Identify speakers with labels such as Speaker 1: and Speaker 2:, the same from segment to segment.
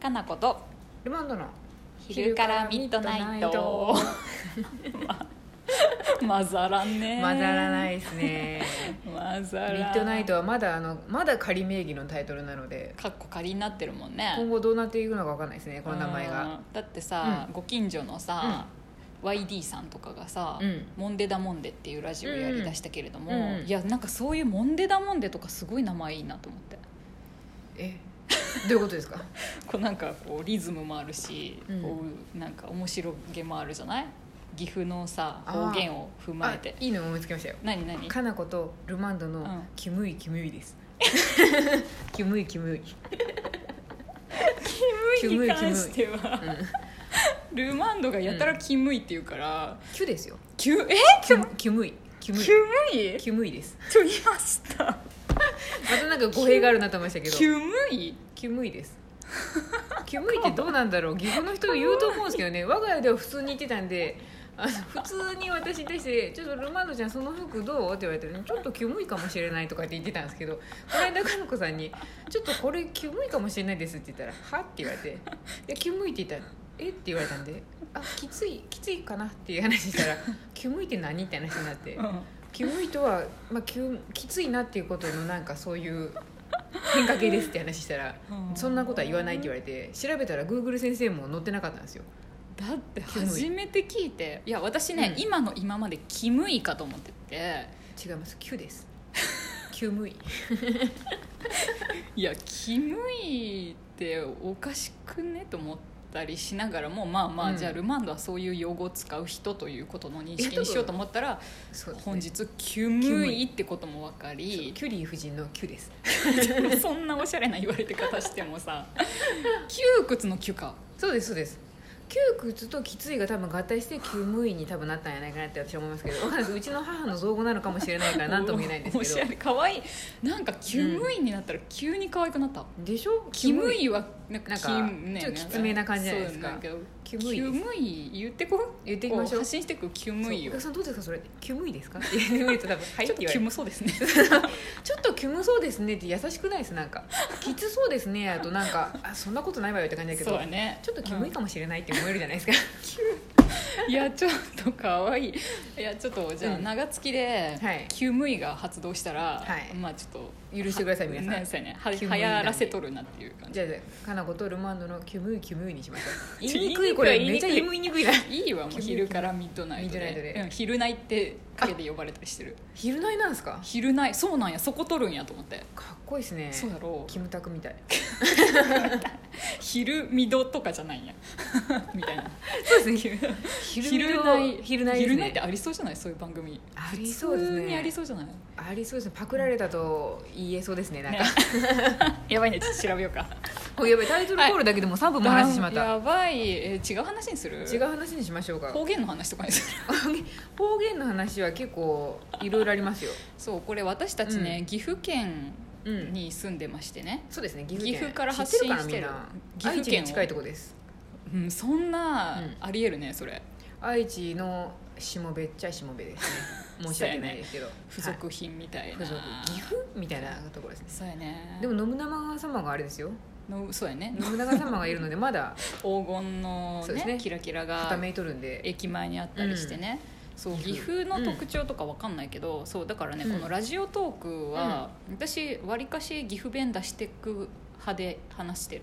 Speaker 1: かなこと
Speaker 2: ルマンドの
Speaker 1: 昼からミッドナイト 混ざらんね
Speaker 2: 混ざ
Speaker 1: い
Speaker 2: らないです ね
Speaker 1: 混ざ
Speaker 2: ミ
Speaker 1: らん
Speaker 2: ッドナイトはまだあのまだ仮名義のタイトルなので
Speaker 1: かっこ仮になってるもんね
Speaker 2: 今後どうなっていくのかわかんないですねこの名前
Speaker 1: う
Speaker 2: が
Speaker 1: んだってさ、ご近所のさ、YD さんとかがさ、
Speaker 2: うん
Speaker 1: モンデダモンデ」っていうラジオやりだしたけれども、
Speaker 2: うんうん
Speaker 1: いやなんかそういう「モンデダモンデ」とかすごい名前いいなと思って
Speaker 2: えどういうことです か
Speaker 1: こうなんかこうリズムもあるし、
Speaker 2: うん
Speaker 1: こうなんか面白げもあるじゃない岐阜のさ
Speaker 2: あー
Speaker 1: 方言を踏まえて
Speaker 2: あいいの思いつきましたよ
Speaker 1: 何何
Speaker 2: かなことルマンド
Speaker 1: う
Speaker 2: の
Speaker 1: ん
Speaker 2: キムイキム イですキムイキムイ
Speaker 1: キムイに関しては
Speaker 2: うん
Speaker 1: ルマンドがやたらキムイって言うから、
Speaker 2: キュですよ
Speaker 1: キュえ
Speaker 2: キムキムイキ
Speaker 1: キ
Speaker 2: ムイ
Speaker 1: ムイ
Speaker 2: キムイです
Speaker 1: と言いました
Speaker 2: またなんか語弊があるなと思いましたけど
Speaker 1: キムイ
Speaker 2: キムイですキムイってどうなんだろう岐阜の人が言うと思うんですけどね我が家では普通に言ってたんであの普通に私に対して「ちょっとルマンドちゃんその服どう?」って言われて「ちょっとキムイかもしれない」とかって言ってたんですけどこの間かのこさんに「ちょっとこれキムイかもしれないです」って言ったら「は?」って言われて「でキムイって言ったら「えっ?」て言われたんで「あきついきついかな」っていう話したら「キムイって何?」って話になって
Speaker 1: うん
Speaker 2: キムイとは、まあ、きゅきついなっていうことのなんかそういう変化系ですって話したら、
Speaker 1: うん
Speaker 2: そんなことは言わないって言われて調べたらグーグル先生も載ってなかったんですよ
Speaker 1: だって
Speaker 2: キムイ
Speaker 1: 初めて聞いていや私ね、
Speaker 2: うん
Speaker 1: 今の今までキムイかと思ってて
Speaker 2: 違います「キュ」です「キュムイ
Speaker 1: いやキムイっておかしくねと思ったりしながらもまあまあ、
Speaker 2: うん
Speaker 1: じゃあルマンドはそういう用語を使う人ということの認
Speaker 2: い
Speaker 1: 識
Speaker 2: や
Speaker 1: にしようと思ったら、」
Speaker 2: そうですね
Speaker 1: 本日キムイってことも分かり
Speaker 2: キュリー夫人の「キュ」です
Speaker 1: そんなおしゃれな言われて方してもさ窮屈の窮か
Speaker 2: そうですそうです窮屈ときついが多分合体してキュムイに多分なったんじゃないかなって私は思いますけどわかんないですうちの母の造語なのかもしれないから何とも言えないんです
Speaker 1: おし
Speaker 2: け
Speaker 1: ゃ
Speaker 2: ど
Speaker 1: れ可愛いなんかキムイになったら急に可愛くなった、
Speaker 2: でしょ
Speaker 1: キムイはなんか
Speaker 2: なんか
Speaker 1: キ
Speaker 2: ちょっときつめな感じじゃないですか
Speaker 1: そうだけどキ
Speaker 2: キムイです
Speaker 1: ムイ言ってこ
Speaker 2: 言っていきましょう
Speaker 1: 発信してくキムイを
Speaker 2: そうお客さんどうですかそれキュムイですかって言われると 多分「はい」っ
Speaker 1: ちょ
Speaker 2: て
Speaker 1: っとキ
Speaker 2: 言われる
Speaker 1: ムそうですね
Speaker 2: ちょっとキムそうですねって優しくないですなんかきつそうですねやとなんかあそんなことないわよって感じだけ
Speaker 1: そう
Speaker 2: ど
Speaker 1: だね
Speaker 2: ちょっとキムいかもしれないって思えるじゃないですか、
Speaker 1: うんいやちょっと可愛いいやちょっとじゃあ
Speaker 2: うん
Speaker 1: 長月で
Speaker 2: はい
Speaker 1: キムイが発動したら、
Speaker 2: はい
Speaker 1: まあちょっと
Speaker 2: 許してください皆さん
Speaker 1: ねそうやねは
Speaker 2: キ
Speaker 1: 流
Speaker 2: ムイなんで
Speaker 1: 行らせとるなっていう感じ
Speaker 2: じゃあじゃあかなことルマンドのキムイキムイにしましょ う
Speaker 1: ちょ
Speaker 2: 言いにくいこれ
Speaker 1: 言い
Speaker 2: め
Speaker 1: に
Speaker 2: っち
Speaker 1: く
Speaker 2: ゃ
Speaker 1: い
Speaker 2: 言いにくいない
Speaker 1: いわもう
Speaker 2: キムイ
Speaker 1: 昼からミッドナイト
Speaker 2: ミッドナイ
Speaker 1: で
Speaker 2: トで
Speaker 1: うん、昼ナイって陰で呼ばれたりしてる
Speaker 2: 昼ないなんですか
Speaker 1: 昼ナイそうなんやそこ取るんやと思って、
Speaker 2: かっこいいですね
Speaker 1: そうやろ
Speaker 2: キムタクみたい
Speaker 1: 昼ミドとかじゃないん やみたいな
Speaker 2: そうですね
Speaker 1: 昼ナイ
Speaker 2: 昼ないです
Speaker 1: 昼ナイって
Speaker 2: ね
Speaker 1: ありそうじゃないそういう番組
Speaker 2: ありそうですね
Speaker 1: 普通にありそうじゃない
Speaker 2: ありそうですねパクられたと言えそうですねなん か、
Speaker 1: ねやばいねちょっと調べ ようか
Speaker 2: もうやばいタイトルコールだけでも3分も話してしまった、
Speaker 1: やばい、えー違う話にする
Speaker 2: 違う話にしましょうか
Speaker 1: 方言の話とかにする
Speaker 2: 方言の話は結構いろいろありますよ
Speaker 1: そうこれ私たちね、
Speaker 2: うん
Speaker 1: 岐阜県
Speaker 2: うん
Speaker 1: に住んでましてね、
Speaker 2: そうですね岐阜県
Speaker 1: 岐阜から発信してる
Speaker 2: 知ってるかなみん
Speaker 1: 岐阜県を
Speaker 2: な愛知に近いとこです
Speaker 1: うん、そんな、
Speaker 2: うん
Speaker 1: ありえるねそれ
Speaker 2: 愛知のしもべっちゃしもべです ね申し訳ないですけど、
Speaker 1: 付
Speaker 2: はい
Speaker 1: 属品みたいな、
Speaker 2: 付属岐阜みたいなところですね
Speaker 1: そうやね
Speaker 2: でも信長様があれですよ
Speaker 1: のそうやね
Speaker 2: 信長様がいるので まだ
Speaker 1: 黄金の
Speaker 2: そうで
Speaker 1: ね
Speaker 2: すね
Speaker 1: キラキラ
Speaker 2: 固
Speaker 1: が
Speaker 2: めいとるんで
Speaker 1: 駅前にあったりしてね、そう
Speaker 2: 岐
Speaker 1: 岐
Speaker 2: 阜
Speaker 1: 阜の特徴とかわかんないけど、そうだからね、
Speaker 2: うん
Speaker 1: このラジオトークは、私わりかし岐阜弁出してく派で話してる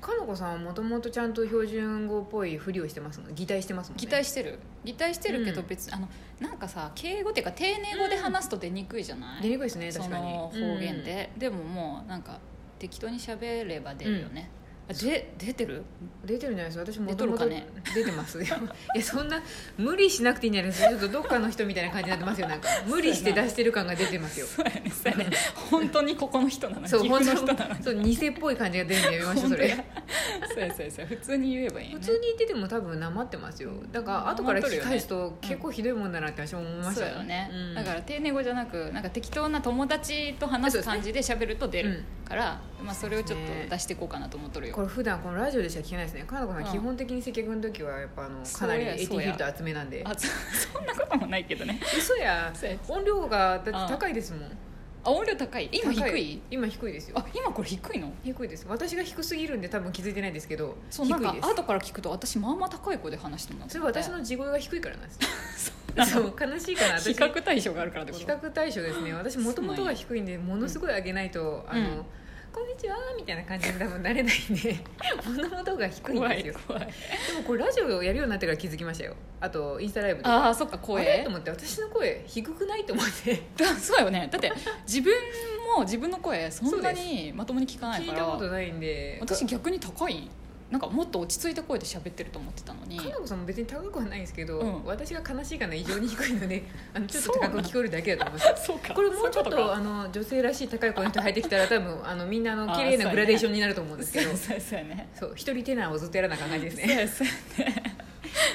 Speaker 2: かのこさんはもともとちゃんと標準語っぽいふりをしてますもんね擬態してますもんね
Speaker 1: 擬態してる擬態してるけど
Speaker 2: うん
Speaker 1: 別に、あのなんかさ敬語っていうか丁寧語で話すと出にくいじゃない、
Speaker 2: 出にくいですね
Speaker 1: そ
Speaker 2: 確かに
Speaker 1: の方言、で、でももうなんか適当に喋れば出るよね、あで出てる
Speaker 2: うん出てるんじゃないですか私も
Speaker 1: 出
Speaker 2: と
Speaker 1: と
Speaker 2: も
Speaker 1: る
Speaker 2: と
Speaker 1: か
Speaker 2: 出
Speaker 1: ね
Speaker 2: てますよ いやそんな無理しなくていいんじゃないですかちょっとどっかの人みたいな感じになってますよなんか無理して出してる感が出てますよ
Speaker 1: そうやねそうやね本当にここの人なの岐
Speaker 2: そう
Speaker 1: 阜
Speaker 2: 本
Speaker 1: の人
Speaker 2: 当
Speaker 1: なのに
Speaker 2: そう偽っぽい感じが出るんでやめましょうそ
Speaker 1: 本当
Speaker 2: れ
Speaker 1: や そうやそうやそうや普通に言えばいいよ
Speaker 2: 普
Speaker 1: ね
Speaker 2: 通に言ってても多分なまってますよだから後から聞き返すと結構ひどいもんだなって私も思いまし
Speaker 1: そ
Speaker 2: た
Speaker 1: うよね、
Speaker 2: うん
Speaker 1: だから丁寧語じゃなくなんか適当な友達と話す感じで喋ると出るから、まあ、それをちょっと出していこうかなと思っとるよ、
Speaker 2: これ普段このラジオでしか聞けないですねかなこさん
Speaker 1: うん
Speaker 2: 基本的に接客の時はやっぱあの
Speaker 1: そ
Speaker 2: か
Speaker 1: うや
Speaker 2: なり AT フ
Speaker 1: そう
Speaker 2: ィ
Speaker 1: や
Speaker 2: ルター厚めなんで
Speaker 1: あそそんなこともないけどね
Speaker 2: 嘘や
Speaker 1: そうや
Speaker 2: 音量がだって高いですもん
Speaker 1: あ音量高い今低
Speaker 2: 高
Speaker 1: い
Speaker 2: 今低いですよ
Speaker 1: あ今これ低いの
Speaker 2: 低いです私が低すぎるんで多分気づいてないんですけど
Speaker 1: そう
Speaker 2: 低
Speaker 1: なん
Speaker 2: い
Speaker 1: か
Speaker 2: です
Speaker 1: 後から聞くと私まあまあ高い声で話してるな
Speaker 2: それは私の地声が低いから なんですそう悲しいから
Speaker 1: 比
Speaker 2: 私
Speaker 1: 較対象があるからってこ
Speaker 2: 比
Speaker 1: と
Speaker 2: 較対象ですね私もともとが低いんでものすごい上げないと、
Speaker 1: うん
Speaker 2: あ
Speaker 1: う
Speaker 2: の
Speaker 1: ん
Speaker 2: こんにちはみたいな感じに多分なれないんで もともとが低いん
Speaker 1: 怖
Speaker 2: です
Speaker 1: い
Speaker 2: よ
Speaker 1: 怖い
Speaker 2: でもこれラジオをやるようになってから気づきましたよあとインスタライブで
Speaker 1: ああそっか
Speaker 2: あれ
Speaker 1: 声
Speaker 2: と思って私の声低くないと思って
Speaker 1: だ そうよねだって自分も自分の声そんな
Speaker 2: そ
Speaker 1: にまともに聞かない
Speaker 2: 聞い
Speaker 1: か
Speaker 2: た
Speaker 1: ら
Speaker 2: ことないんで
Speaker 1: 私逆に高いなんかもっと落ち着いた声で喋ってると思ってたのに
Speaker 2: かなこさんも別に高くはないんですけど、
Speaker 1: うん
Speaker 2: 私が悲しいから異常に低いのであのちょっと高く
Speaker 1: そうなの
Speaker 2: 聞こえるだけだと思います
Speaker 1: そうか
Speaker 2: これもうちょっと
Speaker 1: そういうこ
Speaker 2: あの女性らしい高い声の人入ってきたら多分あのみんなあの
Speaker 1: あー
Speaker 2: 綺麗なグラデーションになると思うん
Speaker 1: と
Speaker 2: で
Speaker 1: か
Speaker 2: すけど
Speaker 1: そうやそうやね
Speaker 2: そう一人テナーをずっとやらなあかん感じです
Speaker 1: そうや
Speaker 2: ね
Speaker 1: そうや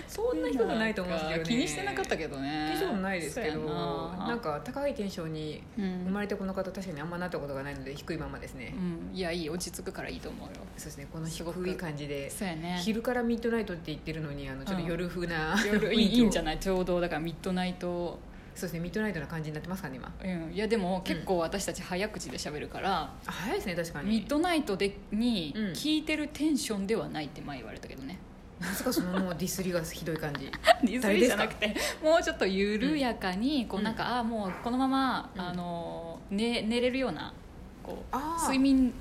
Speaker 2: そんな低くないと思うんですけど、ね、
Speaker 1: 気にしてなかった
Speaker 2: ど
Speaker 1: けどね
Speaker 2: テンションないですけど
Speaker 1: そうや
Speaker 2: な
Speaker 1: なん
Speaker 2: か高いテンションに
Speaker 1: う
Speaker 2: 生ま
Speaker 1: ん、
Speaker 2: れてこの方確かにあんまなったことがないので低いままですね、
Speaker 1: うん、いやいい落ち着くからいいと思うよ
Speaker 2: そうですねこの
Speaker 1: すごく
Speaker 2: 低い感じで
Speaker 1: そうやね
Speaker 2: 昼からミッドナイトって言ってるのにあのちょっと夜風な、
Speaker 1: 夜いいいいんじゃ
Speaker 2: ない
Speaker 1: ないちょうどだからミッドナイト、
Speaker 2: そうですねミッドナイトな感じになってますかね今
Speaker 1: うん、いやでも結構私たち早口で喋るから、
Speaker 2: あ早いですね確かに
Speaker 1: ミッドナイトでに
Speaker 2: うん
Speaker 1: 聞いてるテンションではないって前言われたけどね、
Speaker 2: なぜかそのもうディスりがひどい感 じ
Speaker 1: ディズニーじゃなくてもうちょっと緩やかに、こうなんか、ああもうこのまま、
Speaker 2: うん
Speaker 1: あの寝寝れるようなこう
Speaker 2: あー
Speaker 1: 睡眠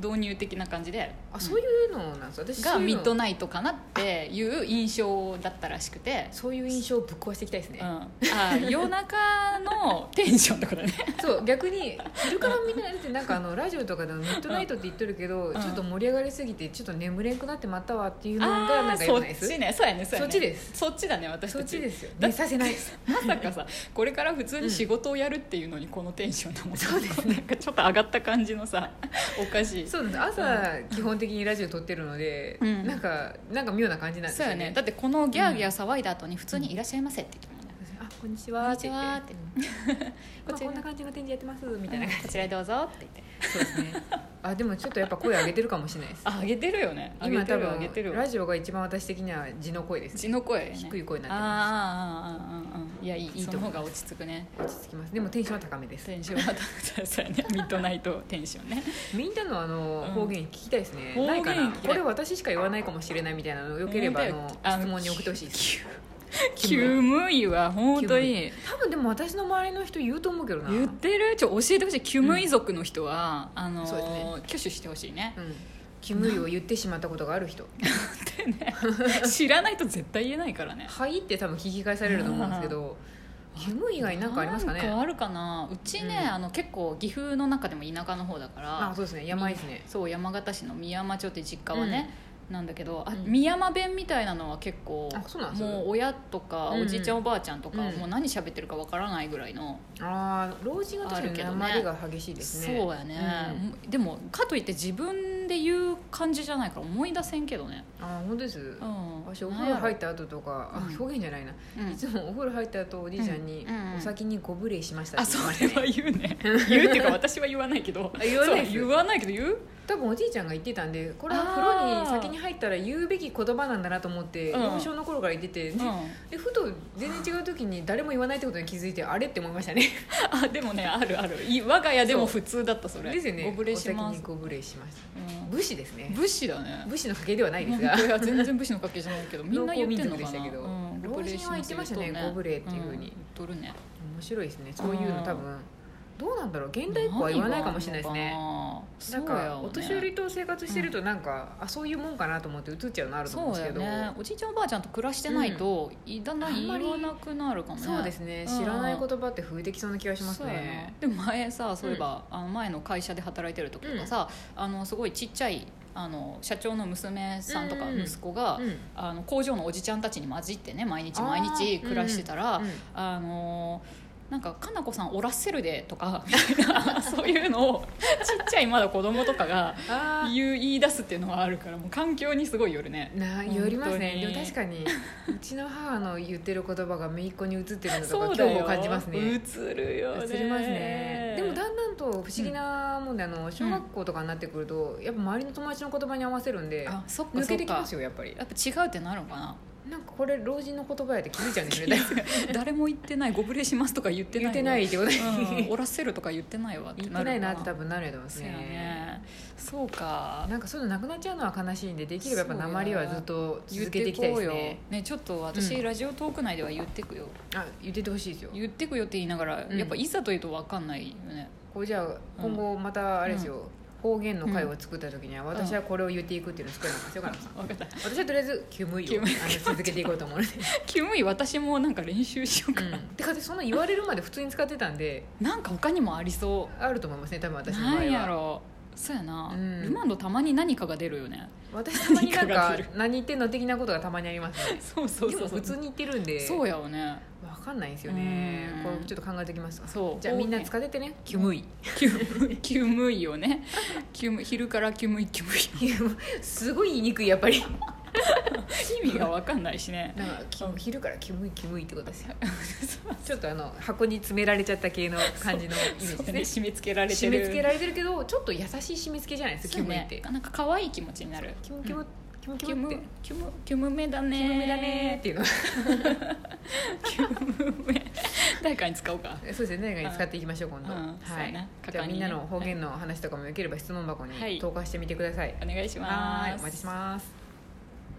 Speaker 1: 導入的な感じで
Speaker 2: あそういうのなんです私
Speaker 1: が
Speaker 2: そういう
Speaker 1: ミ
Speaker 2: の
Speaker 1: ッドナイトかなっていう印象だったらしくて、
Speaker 2: そういう印象をぶっ壊していきたいです
Speaker 1: うん、
Speaker 2: ね、
Speaker 1: あー夜中のテンションってことか ね
Speaker 2: そう逆に昼から見ないってなんかあのラジオとかでもミッドナイトって言ってるけど、
Speaker 1: ん
Speaker 2: ちょっと盛り上がりすぎてちょっと眠れんくなってまったわっていうのがな
Speaker 1: あ
Speaker 2: んか
Speaker 1: ー
Speaker 2: よ
Speaker 1: そ
Speaker 2: く
Speaker 1: っ
Speaker 2: ないです
Speaker 1: ちねそうやねそうやね
Speaker 2: そっちです
Speaker 1: そっちだね私たち
Speaker 2: そっちですよ
Speaker 1: だ
Speaker 2: 寝させ ない
Speaker 1: まさかさこれから普通に仕事をやるっていうのにこのテンションだもん、そうです なんかちょっと上がった感じのさおかしい
Speaker 2: そうなんです朝、基本的にラジオ撮ってるので、
Speaker 1: うん
Speaker 2: なんかなんか妙な感じなんです
Speaker 1: そう
Speaker 2: よ
Speaker 1: よ
Speaker 2: ね
Speaker 1: ねだってこのギャーギャー騒いだ後に普通に「いらっしゃいませ」って言ってもね、
Speaker 2: あこんにちはって言って
Speaker 1: こ
Speaker 2: うんま
Speaker 1: こ
Speaker 2: あ
Speaker 1: ちら
Speaker 2: こんな感じの展示やってますみ
Speaker 1: み
Speaker 2: た
Speaker 1: た
Speaker 2: い
Speaker 1: い
Speaker 2: な
Speaker 1: な「
Speaker 2: 感
Speaker 1: こちらへどうぞ」って言って
Speaker 2: じ、そうですねあでもちょっとやっぱ声上げてるかもしれないです
Speaker 1: あ上げてるよね上
Speaker 2: 今
Speaker 1: げて
Speaker 2: 多
Speaker 1: る上げて
Speaker 2: 分
Speaker 1: る
Speaker 2: ラジオが一番私的には地の声です
Speaker 1: 地の声、ね、
Speaker 2: 低い声になってます
Speaker 1: あーあーあーあーあーいやいいいい
Speaker 2: そう
Speaker 1: と思うが落ち着くね
Speaker 2: 落ち着きますでもテンションは高めです
Speaker 1: テンションはそうやねミッドナイトテンション ね
Speaker 2: みんなのあの
Speaker 1: うん
Speaker 2: 方言聞きたいですね、
Speaker 1: 方言
Speaker 2: ないかな
Speaker 1: 聞きたい
Speaker 2: これ私しか言わないかもしれないみたいなのよければあ
Speaker 1: 本
Speaker 2: の
Speaker 1: 当よあの
Speaker 2: 質問に送ってほしいです
Speaker 1: キュムイは本当に
Speaker 2: 多分でも私の周りの人言うと思うけどな
Speaker 1: 言ってるちょ教えてほしいキュムイ族の人は、あの
Speaker 2: そうですね
Speaker 1: 挙手してほしい ね
Speaker 2: うんキムイを言ってしまったことがある人
Speaker 1: 知らないと絶対言えないからね
Speaker 2: はいって多分聞き返されると思うんですけどキムイ以外になんかありますか
Speaker 1: なん
Speaker 2: ね
Speaker 1: かあるかなうちね、
Speaker 2: うん
Speaker 1: あの結構岐阜の中でも田舎の方だから
Speaker 2: あそうですね山ですね
Speaker 1: そう山形市の美山町って実家はね、なんだけどあ、
Speaker 2: うん
Speaker 1: 美山弁みたいなのは結構
Speaker 2: あそうなんです
Speaker 1: もう親とか
Speaker 2: うん
Speaker 1: おじいちゃんおばあちゃんとか、
Speaker 2: うん
Speaker 1: もう何喋ってるかわからないぐらいの、
Speaker 2: ああ老人は確か
Speaker 1: ある
Speaker 2: に
Speaker 1: けどね
Speaker 2: 鉛が激しいですね
Speaker 1: そうやね、でもかといって自分で言う感じじゃないから思い出せんけどね、
Speaker 2: ああ本当です
Speaker 1: うん、
Speaker 2: 私お風呂入
Speaker 1: っ
Speaker 2: った後とかあ
Speaker 1: うん
Speaker 2: 表現じゃないな
Speaker 1: うん
Speaker 2: いつもお風呂入った後おじいちゃんに
Speaker 1: うんうんうん
Speaker 2: 「お先にご無礼しました」
Speaker 1: あ
Speaker 2: って
Speaker 1: そ
Speaker 2: 言いま
Speaker 1: れ
Speaker 2: した
Speaker 1: は
Speaker 2: ね
Speaker 1: 言う ね言うっていうか私は言わないけど
Speaker 2: あ言わないです
Speaker 1: そう言わないけど言う
Speaker 2: 多分おじいちゃんが言ってたんでこれは
Speaker 1: あー
Speaker 2: 風呂に先に入ったら言うべき言葉なんだなと思って
Speaker 1: うん
Speaker 2: 幼少の頃から言ってて
Speaker 1: うん、
Speaker 2: でふと全然違う時に誰も言わないってことに気づいてあれって思いましたね
Speaker 1: あでもねあるあるい我が家でも普通だったそれ
Speaker 2: ですよね
Speaker 1: ご無礼しま
Speaker 2: お先
Speaker 1: す
Speaker 2: に、ご無礼しました
Speaker 1: う
Speaker 2: 武士ですね
Speaker 1: ん、武士だね
Speaker 2: 武士の家系ではないですが
Speaker 1: いや全然武士の家系じゃない けどみんな言ってんの
Speaker 2: 農耕民
Speaker 1: か
Speaker 2: 族でした
Speaker 1: な、
Speaker 2: けど
Speaker 1: うんご無礼し
Speaker 2: 老人は
Speaker 1: ま
Speaker 2: 言っ
Speaker 1: す
Speaker 2: てました
Speaker 1: 言
Speaker 2: ね
Speaker 1: うと
Speaker 2: ご無礼っていう風に
Speaker 1: ん言っとるね
Speaker 2: 面白いですねそういうの多分どうなんだろう現代っ子は
Speaker 1: 何
Speaker 2: 言
Speaker 1: が
Speaker 2: わないかもしれないですね
Speaker 1: あ
Speaker 2: な
Speaker 1: るの
Speaker 2: ん
Speaker 1: かな
Speaker 2: かお年
Speaker 1: そうや
Speaker 2: 寄
Speaker 1: よね
Speaker 2: りと生活してるとなんか、あそういうもんかなと思って映っちゃうのあると思うん
Speaker 1: そう
Speaker 2: です
Speaker 1: だ
Speaker 2: け
Speaker 1: よ
Speaker 2: ど
Speaker 1: ねおじいちゃんおばあちゃんと暮らしてないと、だんだ
Speaker 2: あん
Speaker 1: ん
Speaker 2: まり
Speaker 1: 言わなくなるかもね
Speaker 2: そうですね
Speaker 1: うん
Speaker 2: 知らない言葉って増えてきそうな気がしますね
Speaker 1: そうやなでも前さそういえば、あの前の会社で働いてる時とかさ、あのすごいちっちゃいあの社長の娘さんとか
Speaker 2: うんうん
Speaker 1: 息子が、
Speaker 2: うん
Speaker 1: あの工場のおじちゃんたちに混じってね毎日
Speaker 2: あー
Speaker 1: 毎日暮らしてたら、
Speaker 2: うん
Speaker 1: あのなんかかなこさんおらせるでとか みたいなそういうのをちっちゃいまだ子供とかが
Speaker 2: あー
Speaker 1: 言う言い出すっていうのはあるからもう環境にすごいよるね
Speaker 2: なよりますね
Speaker 1: 本
Speaker 2: で
Speaker 1: 当
Speaker 2: も
Speaker 1: に
Speaker 2: 確かにうちの母の言ってる言葉が姪っ子に移ってるのと
Speaker 1: そ
Speaker 2: か
Speaker 1: うだ
Speaker 2: 恐
Speaker 1: よ
Speaker 2: 怖を感じますね
Speaker 1: 映るよね
Speaker 2: 移りますねでもだんだんと不思議なもんであの小学校とかになってくるとやっぱ周りの友達の言葉に合わせるんで
Speaker 1: あそっかそっか
Speaker 2: 抜けてきますよやっぱり
Speaker 1: やっぱ違うってなるのかな
Speaker 2: なんかこれ老人の言葉やって気づいちゃうんですよね
Speaker 1: 誰も言ってないご無礼しますとか言ってない
Speaker 2: 言ってないってこと
Speaker 1: うん、おらせるとか言ってないわって
Speaker 2: 言っ
Speaker 1: な
Speaker 2: て
Speaker 1: る
Speaker 2: ないなって多
Speaker 1: 分
Speaker 2: 分なるやと思います
Speaker 1: そうや
Speaker 2: ね
Speaker 1: ねそうか
Speaker 2: なんかそういうのなくなっちゃうのは悲しいんでできればやっぱ鉛はずっと
Speaker 1: 言っ
Speaker 2: 続
Speaker 1: て
Speaker 2: けてい
Speaker 1: い
Speaker 2: きたい
Speaker 1: こ
Speaker 2: で
Speaker 1: うよ
Speaker 2: すね
Speaker 1: ねちょっと私、
Speaker 2: うん
Speaker 1: ラジオトーク内では言ってくよ
Speaker 2: あ言っててほしいですよ
Speaker 1: 言ってくよって言いながら、
Speaker 2: うん
Speaker 1: やっぱいざというと分かんないよね
Speaker 2: こうじゃあ今後またあれですよ、方言の会を作った時には私はこれを言っていくっていうのを作らなかったよかな
Speaker 1: 分かった
Speaker 2: 私はとりあえず「キュムイ」を
Speaker 1: キ
Speaker 2: あの続けていこうと思うので、
Speaker 1: キムイ私もなんか練習 しようか
Speaker 2: う
Speaker 1: な、
Speaker 2: ん、てか私そんな言われるまで普通に使ってたんで
Speaker 1: なんか他にもありそ
Speaker 2: あると思いますね多分
Speaker 1: う
Speaker 2: 私の場合
Speaker 1: な
Speaker 2: は
Speaker 1: んやろそうやな、
Speaker 2: うん
Speaker 1: ルマンドたまに何かが出るよね
Speaker 2: 私たまになん
Speaker 1: 何か
Speaker 2: か
Speaker 1: が出る
Speaker 2: 何言ってんの的なことがたまにありますね
Speaker 1: そうそうそう
Speaker 2: でも普通に言ってるんで
Speaker 1: そうやわね
Speaker 2: わかんないんですよね
Speaker 1: うん
Speaker 2: これちょっと考えておきますわ
Speaker 1: そう
Speaker 2: じゃあみんな使ってってね「キュムイ
Speaker 1: キュムイキュムイよねキュム昼からキュムイキュム」
Speaker 2: すごい言いにくいやっぱり
Speaker 1: イ意味が分かんないしね
Speaker 2: なんかキム昼からキムイキムイってことですよ
Speaker 1: そう
Speaker 2: ちょっとあの箱に詰められちゃった系の感じのイメージ
Speaker 1: そうね
Speaker 2: ですね
Speaker 1: 締め付けられて
Speaker 2: 締
Speaker 1: る
Speaker 2: め付けられてるけどちょっと優しい締め付けじゃないですか
Speaker 1: そ
Speaker 2: キ
Speaker 1: う
Speaker 2: ムイ
Speaker 1: ね
Speaker 2: って
Speaker 1: なんか可愛い気持ちになる
Speaker 2: キムキ
Speaker 1: う
Speaker 2: ム
Speaker 1: ん
Speaker 2: キム
Speaker 1: キ
Speaker 2: キム
Speaker 1: ム
Speaker 2: って
Speaker 1: キムキム目だね
Speaker 2: キムメだねーっていうのそ
Speaker 1: キム目誰かに使おうか
Speaker 2: うですね何かに使っていきましょう今度
Speaker 1: うんうんそう
Speaker 2: は
Speaker 1: やない果敢にね
Speaker 2: じゃあみんなの方言の話とかもよければ質問箱
Speaker 1: はい
Speaker 2: に投下してみてください
Speaker 1: お願いし
Speaker 2: は
Speaker 1: ま
Speaker 2: いお
Speaker 1: す
Speaker 2: 待ちします